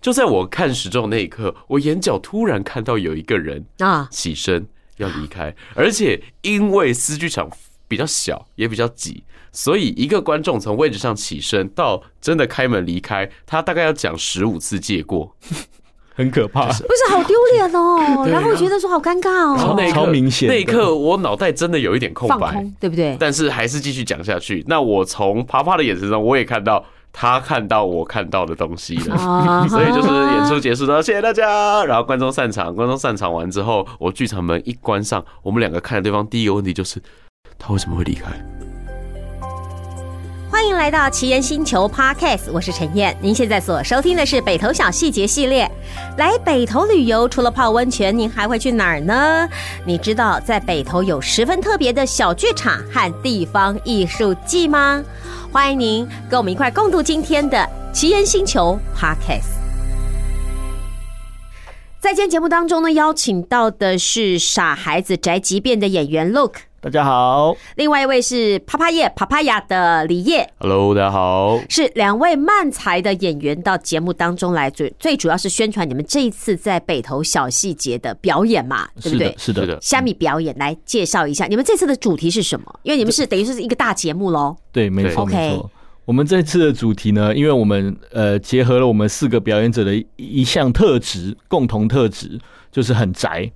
就在我看时钟那一刻，我眼角突然看到有一个人啊，起身要离开，而且因为丝剧场比较小，也比较挤，所以一个观众从位置上起身到真的开门离开，他大概要讲十五次借过。很可怕。不是好丢脸哦， 对然后觉得说好尴尬然哦后，那一刻超明显的那一刻我脑袋真的有一点空放白，空，对不对？但是还是继续讲下去。那我从爬爬的眼神中，我也看到他看到我看到的东西 了。啊所以就是演出结束之后，谢谢大家。然后观众散场，观众散场完之后，我剧场门一关上，我们两个看着对方，第一个问题就是他为什么会离开？欢迎来到奇人星球 Podcast，我是陈燕。您现在所收听的是北投小细节系列。来北投旅游，除了泡温泉，您还会去哪儿呢？你知道在北投有十分特别的小剧场和地方艺术季吗？欢迎您跟我们一块共度今天的奇人星球 Podcast。在今天节目当中呢，邀请到的是《傻孩子宅急便》的演员 Look，大家好，另外一位是啪啪叶啪啪呀的李烨。 Hello，大家好。是两位漫才的演员到节目当中来，最最主要是宣传你们这一次在北投小细节的表演嘛，对是不对的，？是是的的，虾米表演来介绍一下，你们这次的主题是什么？因为你们是等于是一个大节目喽。对，没错，对没 OK 错。我们这次的主题呢，因为我们呃结合了我们四个表演者的一一项特质，共同特质就是很宅，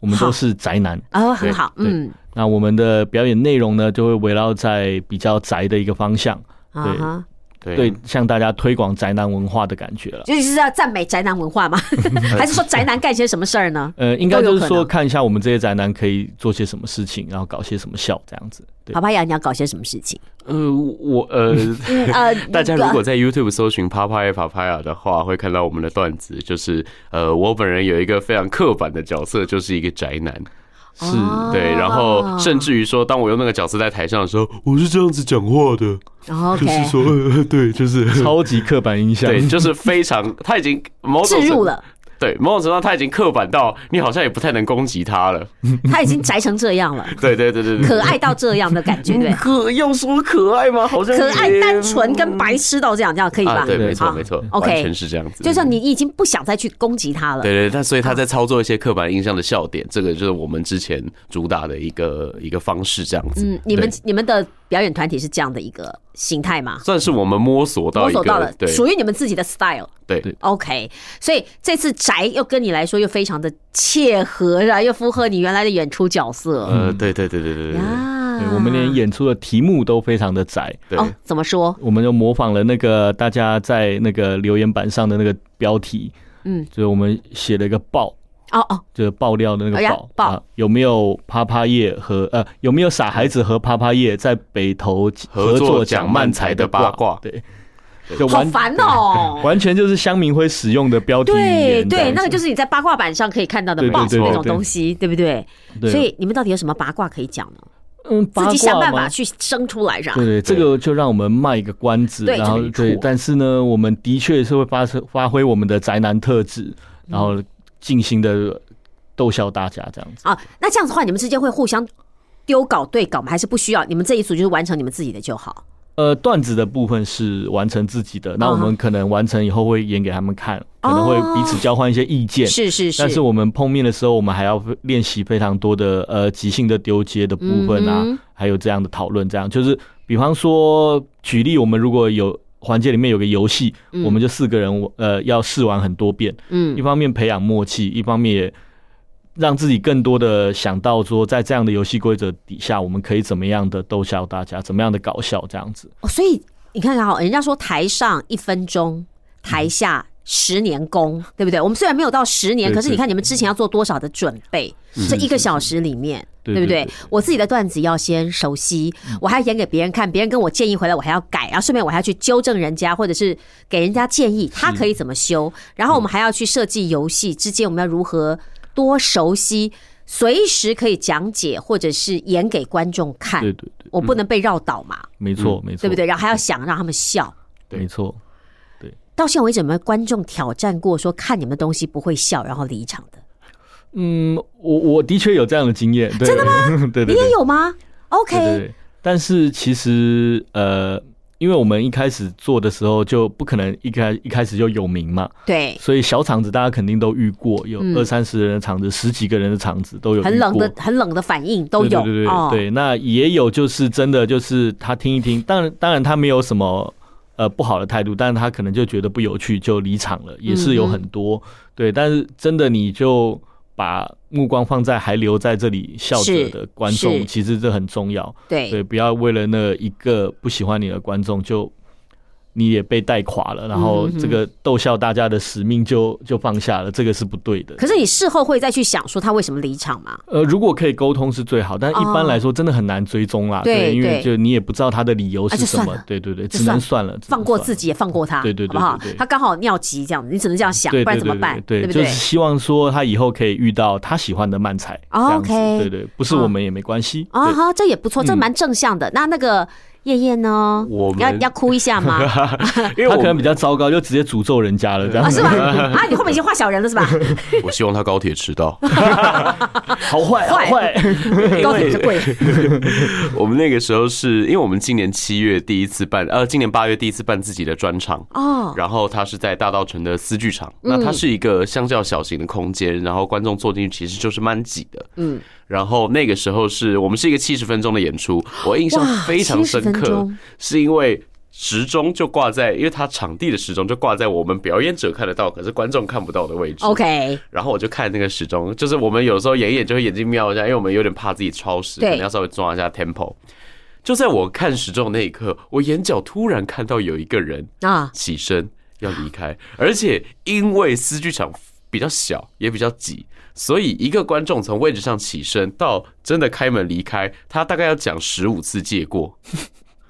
我们好都是宅男。哦，很好，对对嗯，那我们的表演内容呢，就会围绕在比较宅的一个方向，啊哈，对对，向大家推广宅男文化的感觉了。就是要赞美宅男 文化嘛，还是说宅男干些什么事儿呢？呃，应该都有就是可说能看一下我们这些宅男可以做些什么事情，然后搞些什么笑这样子。对啪，啪呀，你要搞些什么 事情？呃，我 呃。，嗯呃大家如果在 YouTube 搜寻“啪啪呀啪啪呀”的话，会看到我们的段子，就是呃，我本人有一个非常刻板的角色，就是一个宅男，是哦对，然后甚至于说，当我用那个角色在台上的时候，我是这样子讲话的，就哦 OK 是说，呃对，就是超级刻板印象。对，就是非常，他已经某种置程 入，了，对，某种程度上他已经刻板到你好像也不太能攻击他了，他已经宅成这样了，对对对对对，可爱到这样的感觉，对不对。可要说可爱吗？好像可爱、也单纯跟白痴到这样，这样可以吧？啊，对，没错好没错 OK 完全是这样子，就像你已经不想再去攻击他了。对对，但所以他在操作一些刻板印象的笑点，这个就是我们之前主打的一个一个方式，这样子。嗯，你们对你们的表演团体是这样的一个形态吗？算是我们摸索到摸一索到了个，对属于你们自己的 style。对对 OK，所以这次宅又跟你来说又非常的切合啊，又符合你原来的演出角色呃对对对对对对呀嗯对，我们连演出的题目都非常的窄，对哦对，怎么说？我们就模仿了那个大家在那个留言板上的那个标题，嗯，就是我们写了一个爆，哦哦，就是爆料的那哎个呀爆，爆啊有没有啪啪夜和呃有没有傻孩子和啪啪夜在北投合作讲讲漫漫才才的的八八卦卦？对，就好完烦哦。完全就是乡民会使用的标题语对言这样对，子那个就是你在八卦版上可以看到的对对爆对那种对东西，对不对？对所以你们到底有什么八卦可以讲呢？嗯自己想办。八卦法吗去生出来，是吧？对对，这个就让我们卖一个关子，对然后这没错对，但是呢，我们的确是会发生发挥我们的宅男特质，嗯然后尽心的逗笑大家这样子。啊，那这样子的话，你们之间会互相丢稿对稿吗？还是不需要？你们这一组就是完成你们自己的就好。呃，段子的部分是完成自己的，那嗯哦我们可能完成以后会演给他们看，可能会彼此交换一些意见。是是是，但是我们碰面的时候，我们还要练习非常多的呃即兴的丢接的部分啊，嗯哼还有这样的讨论，这样就是比方说举例，我们如果有环节里面有个游戏，我们就四个人呃要试玩很多遍，嗯一方面培养默契，一方面也让自己更多的想到说，在这样的游戏规则底下，我们可以怎么样的逗笑大家，怎么样的搞笑这样子。哦所以你看看哈，人家说台上一分钟，嗯台下十年功，对不对？我们虽然没有到十年，对可是你对嗯看你们之前要做多少的准备？这一个小时里面，对对不对对对？嗯我自己的段子要先熟悉，我还要演给别人看，别人跟我建议回来，我还要改，然后顺便我还要去纠正人家，或者是给人家建议，他可以怎么修。然嗯后我们还要去设计游戏之间，我们要如何多熟悉。随时可以讲解或者是演给观众看对，对嗯对，我不能被绕倒嘛。没错、没啊错，嗯对不对？？然后还要想让他们笑。没错。到现在为止，有没有观众挑战过说看你们东西不会笑，然后离场的？嗯，我我的确有这样的经验， 对真的吗？对对对，你也有吗对对？OK，对。但是其实呃，因为我们一开始做的时候就不可能一开一开始就有名嘛，对，所以小场子大家肯定都遇过，有嗯二三十人的场子，十几个人的场子都有遇过。很冷的很冷的反应都有对对对对哦，对，那也有就是真的就是他听一听，当然当然他没有什么呃不好的态度，但是他可能就觉得不有趣就离场了，也是有很多、嗯对，但是真的你就把目光放在还留在这里笑是着的观是众，其实这很重要，对对，不要为了那一个不喜欢你的观众就。你也被带垮了，然后嗯哼哼这个逗笑大家的使命就就放下了，这个是不对的。可是你事后会再去想说他为什么离场吗？呃，如果可以沟通是最好，但一哦般来说真的很难追踪啦。对因为对就你也不知道他的理由啊就是什算么了。对对对，就只能算了，只能放过算自了。己也放过他，对对对好不好对对？对他刚好尿急这样子，你只能这样想，对啊不对然怎么对办？对，不就对是？希望说他以后可以遇到他喜欢的漫才。哦这样子 OK 哦对对，不是我们也没关系。啊 对嗯哈，这也不错，这蛮正向的。那那个叶叶呢？我们要要哭一下 吗？因为他可我能比较糟糕，就直接诅咒人家了这样啊， 子是，吗？啊，你后面已经画小人了 是吧？我希望他高铁迟到。好坏好坏坏。 高铁是贵， 我们那个时候是因为我们今年七月第一次办，呃，今年八月第一次办自己的专场。哦，嗯然后它是在大道城的丝剧场，那它是一个相较小型的空间，然后观众坐进去其实就是蛮挤的。嗯，然后那个时候是我们是一个七十分钟的演出，我印象哇非常70深分刻钟，是因为时钟就挂在，因为它场地的时钟就挂在我们表演者看得到，可是观众看不到的位置。 OK，然后我就看那个时钟，就是我们有时候演一演就会眼睛瞄一下，因为我们有点怕自己超时，可对能要稍微抓一下 tempo。就在我看时钟的那一刻，我眼角突然看到有一个人啊，起身要离开，而且因为丝剧场比较小，也比较挤，所以一个观众从位置上起身到真的开门离开，他大概要讲十五次借过。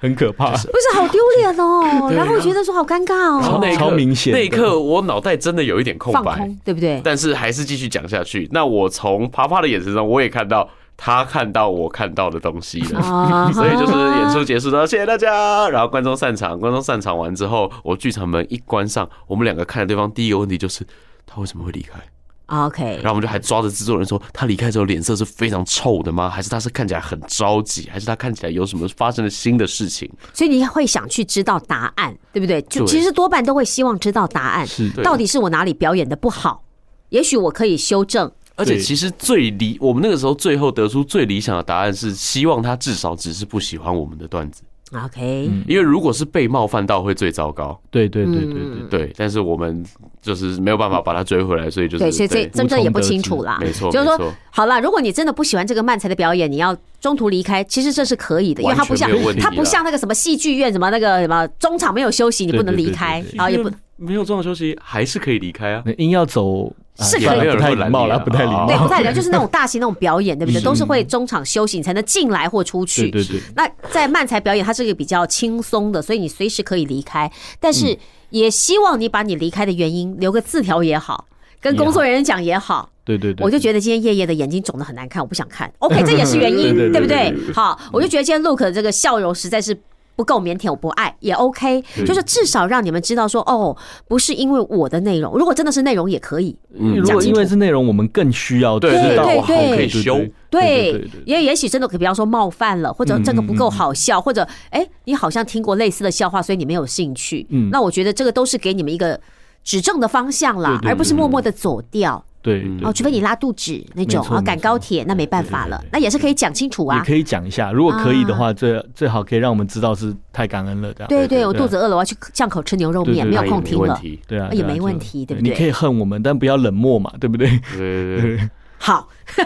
很可怕，不是好丢脸 哦，然后觉得说好尴尬啊然后哦，那一刻超明显的那一刻我脑袋真的有一点空放白，空，对不对？但是还是继续讲下去。那我从爬爬的眼神中，我也看到他看到我看到的东西了。啊 所以就是演出结束了，谢谢大家。然后观众散场，观众散场完之后，我剧场门一关上，我们两个看着对方，第一个问题就是他为什么会离开？ OK，然后我们就还抓着制作人说，他离开之后脸色是非常臭的吗？还是他是看起来很着急？还是他看起来有什么发生了新的事情？所以你会想去知道答案，对不对？就对其实多半都会希望知道答案，是对到底是我哪里表演的不好，也许我可以修正。而且对其实最理我们那个时候最后得出最理想的答案是，希望他至少只是不喜欢我们的段子， OK，、因为如果是被冒犯到会最糟糕。对对对对对嗯对。对，但是我们就是没有办法把他追回来，所以就是对，所以这对真正也不清楚啦。没错就是没说错，好了，如果你真的不喜欢这个漫才的表演，你要中途离开，其实这是可以的，因为它不完像全没有问题啊啦它不像那个什么戏剧院什么那个什么中场没有休息，你不能离开啊对对对，对然后也不没有中场休息，还是可以离开啊。那硬要走啊是也可以没不太有人会拦礼貌你啦，啊不太礼貌。对不太聊，就是那种大型那种表演，对不对？嗯都是会中场休息，你才能进来或出去。对对对，那在漫才表演，它是一个比较轻松的，所以你随时可以离开，但是也希望你把你离开的原因留个字条也好，跟工作人员讲也好。对对对，我就觉得今天夜夜的眼睛肿得很难看，我不想看。OK，这也是原因，对对对对不对？好，我就觉得今天 Look 的这个笑容实在是。不够腼腆，我不爱也 OK，就是至少让你们知道说，哦，不是因为我的内容，如果真的是内容也可以，嗯如讲果清因楚为是内容，我们更需要对知道对对哇好对可对对以对对对嗯对，也也许真的可以，比方说冒犯了，或者这个不够好笑，或者哎、诶你好像听过类似的笑话，所以你没有兴趣。嗯那我觉得这个都是给你们一个指正的方向啦，对对对而不是默默的走掉。对嗯对哦，除非你拉肚子那种没，错哦，赶没错高铁那没办法了，那也是可以讲清楚也啊。可以讲一下，如果可以的话，最最好可以让我们知道是太感恩了，这样。对对，啊我肚子饿了，我要去巷口吃牛肉面，对对没有对空听没问了。题。对啊，也对啊没问就题对不你对可以恨我们，但不要冷漠嘛，对不对？ 对对对对，好，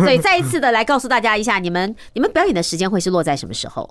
所以再一次的来告诉大家一下，你们你们表演的时间会是落在什么时候？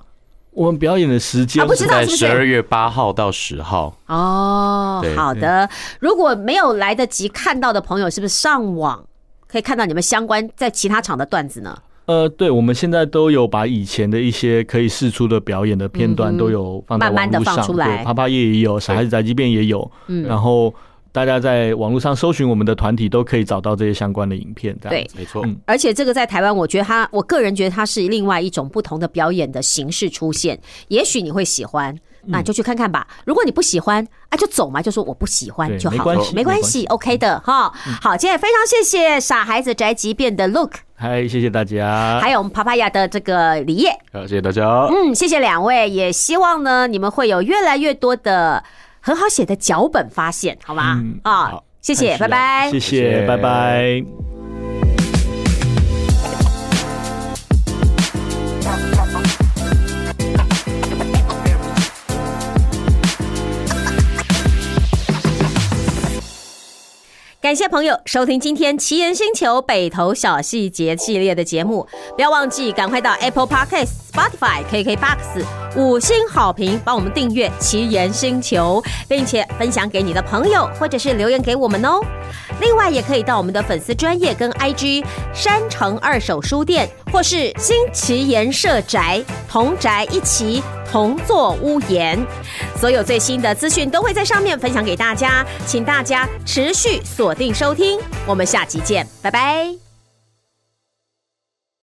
我们表演的时间啊不知道在是不是十二月八号到十号，哦，对好的。如果没有来得及看到的朋友，是不是上网可以看到你们相关在其他场的段子呢？呃，对，我们现在都有把以前的一些可以试出的表演的片段都有放在嗯慢慢网地络放上，出来嗯对，啪啪夜也有，傻孩子宅急便也有，然后大家在网络上搜寻我们的团体，都可以找到这些相关的影片，这样对子。，没错，嗯而且这个在台湾，我觉得它，我个人觉得它是另外一种不同的表演的形式出现，也许你会喜欢。嗯那你就去看看吧。如果你不喜欢啊，就走嘛，就说我不喜欢对就好，没关系嗯没关没关系系，OK 的哈。好，今天也非常谢谢傻孩子宅急便的 Look，嗨，谢谢大家，还有我们帕帕亚的这个李烨，好，谢谢大家。嗯，谢谢两位，也希望呢你们会有越来越多的很好写的脚本发现，好吗？嗯啊、好谢谢，拜拜。谢谢谢，谢拜拜。感谢朋友收听今天《奇人星球北投小细节》系列的节目，不要忘记赶快到 Apple Podcast、Spotify、KKBox 五星好评，帮我们订阅《奇人星球》，并且分享给你的朋友，或者是留言给我们哦。另外，也可以到我们的粉丝专业跟 IG 山城二手书店，或是新奇岩社宅同宅一起同坐屋檐。所有最新的资讯都会在上面分享给大家，请大家持续锁定收听。我们下集见，拜拜。